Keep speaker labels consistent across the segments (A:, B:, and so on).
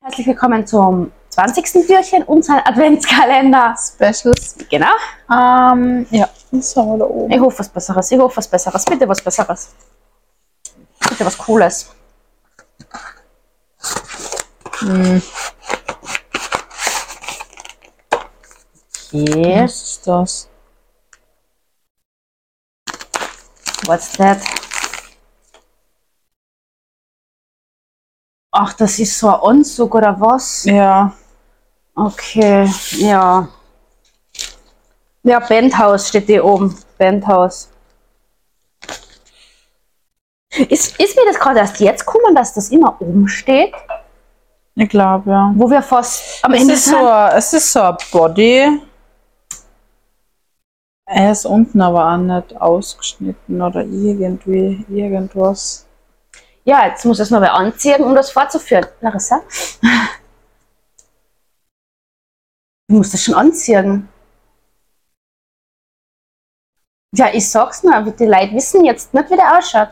A: Herzlich willkommen zum 20. Türchen, unser Adventskalender.
B: Specials.
A: Genau.
B: Ähm, ja, das haben wir da oben.
A: Ich hoffe was Besseres, ich hoffe was Besseres. Bitte was Besseres. Bitte was Cooles. Hm. Okay,
B: Was ist das?
A: what's that? Ach, das ist so ein Anzug oder was?
B: Ja,
A: Okay, ja. Ja, Penthouse steht hier oben. Penthouse. Ist, ist mir das gerade erst jetzt gekommen, dass das immer oben steht,
B: ich glaube, ja.
A: wo wir fast am
B: Es
A: Ende
B: ist, so,
A: sind?
B: ein- es ist so ein Body. Er ist unten aber auch nicht ausgeschnitten oder irgendwie, irgendwas.
A: Ja, jetzt muss ich es noch mal anziehen, um das fortzuführen. Larissa? Ich muss das schon anziehen. Ja, ich sag's nur, aber die Leute wissen jetzt nicht, wie der ausschaut.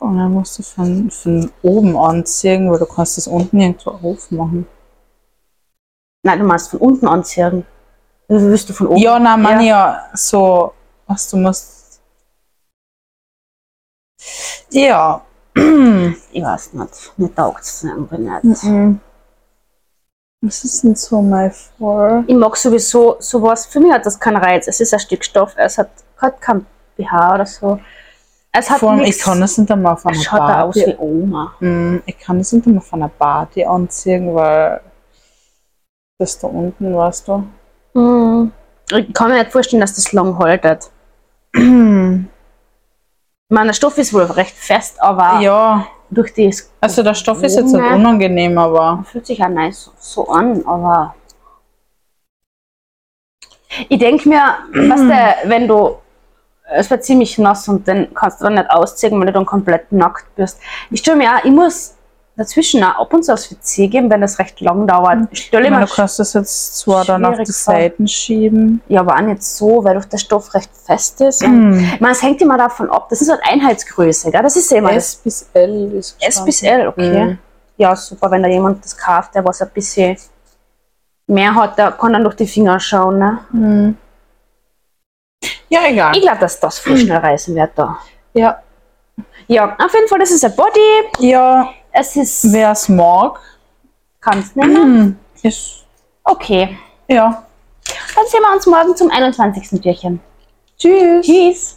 B: Und dann musst du von, von oben anziehen, weil du kannst das unten irgendwo aufmachen.
A: Nein, du meinst von unten anziehen. Wie willst du von oben?
B: Ja, na man ja. so, was du musst. Ja.
A: Ich weiß nicht. Mir taugt es irgendwie nicht.
B: Mhm. Was ist denn so mein Fall?
A: Ich mag sowieso sowas. Für mich hat das keinen Reiz. Es ist ein Stück Stoff. Es hat, hat kein BH oder so. Es hat
B: Vor allem, ich
A: nichts.
B: kann es nicht einmal auf einer
A: Es schaut da aus
B: Party.
A: wie Oma.
B: Mm, Ich kann es nicht einmal auf einer Party anziehen, weil das da unten, weißt du.
A: Mhm. Ich kann mir nicht vorstellen, dass das lang haltet. Hm. Ich meine, der Stoff ist wohl recht fest, aber
B: Ja,
A: durch die.
B: also der Stoff ist jetzt nicht
A: Nein.
B: unangenehm, aber
A: Fühlt sich ja nice so an, aber. Ich denke mir, weißt du, wenn du. Es wird ziemlich nass und dann kannst du dann nicht ausziehen, weil du dann komplett nackt bist. Ich stelle mir auch, ich muss dazwischen auch ab und zu aufs WC gehen, wenn das recht lang dauert. Ich
B: ich
A: stelle
B: meine,
A: mir.
B: du kannst das jetzt zwar dann auf die
A: schwierig
B: Seiten schieben.
A: Ja, aber auch nicht so, weil doch der Stoff recht fest ist. Und
B: Mm.
A: ich meine, es hängt immer davon ab. Das ist halt Einheitsgröße, gell? Das ist ja immer das.
B: S bis L ist
A: S bis L, okay.
B: Mhm.
A: Ja, super, wenn da jemand das kauft, der was ein bisschen mehr hat, der kann dann durch die Finger schauen. Ne?
B: gestanden. Mm. Ja, egal.
A: Ich glaube, dass das voll schnell reißen wird da.
B: ja.
A: Ja, auf jeden Fall, das ist ein Body.
B: ja,
A: Es ist.
B: wer es mag,
A: Kannst nehmen.
B: ist,
A: Okay,
B: ja.
A: dann sehen wir uns morgen zum 21. Türchen.
B: Tschüss.
A: Tschüss.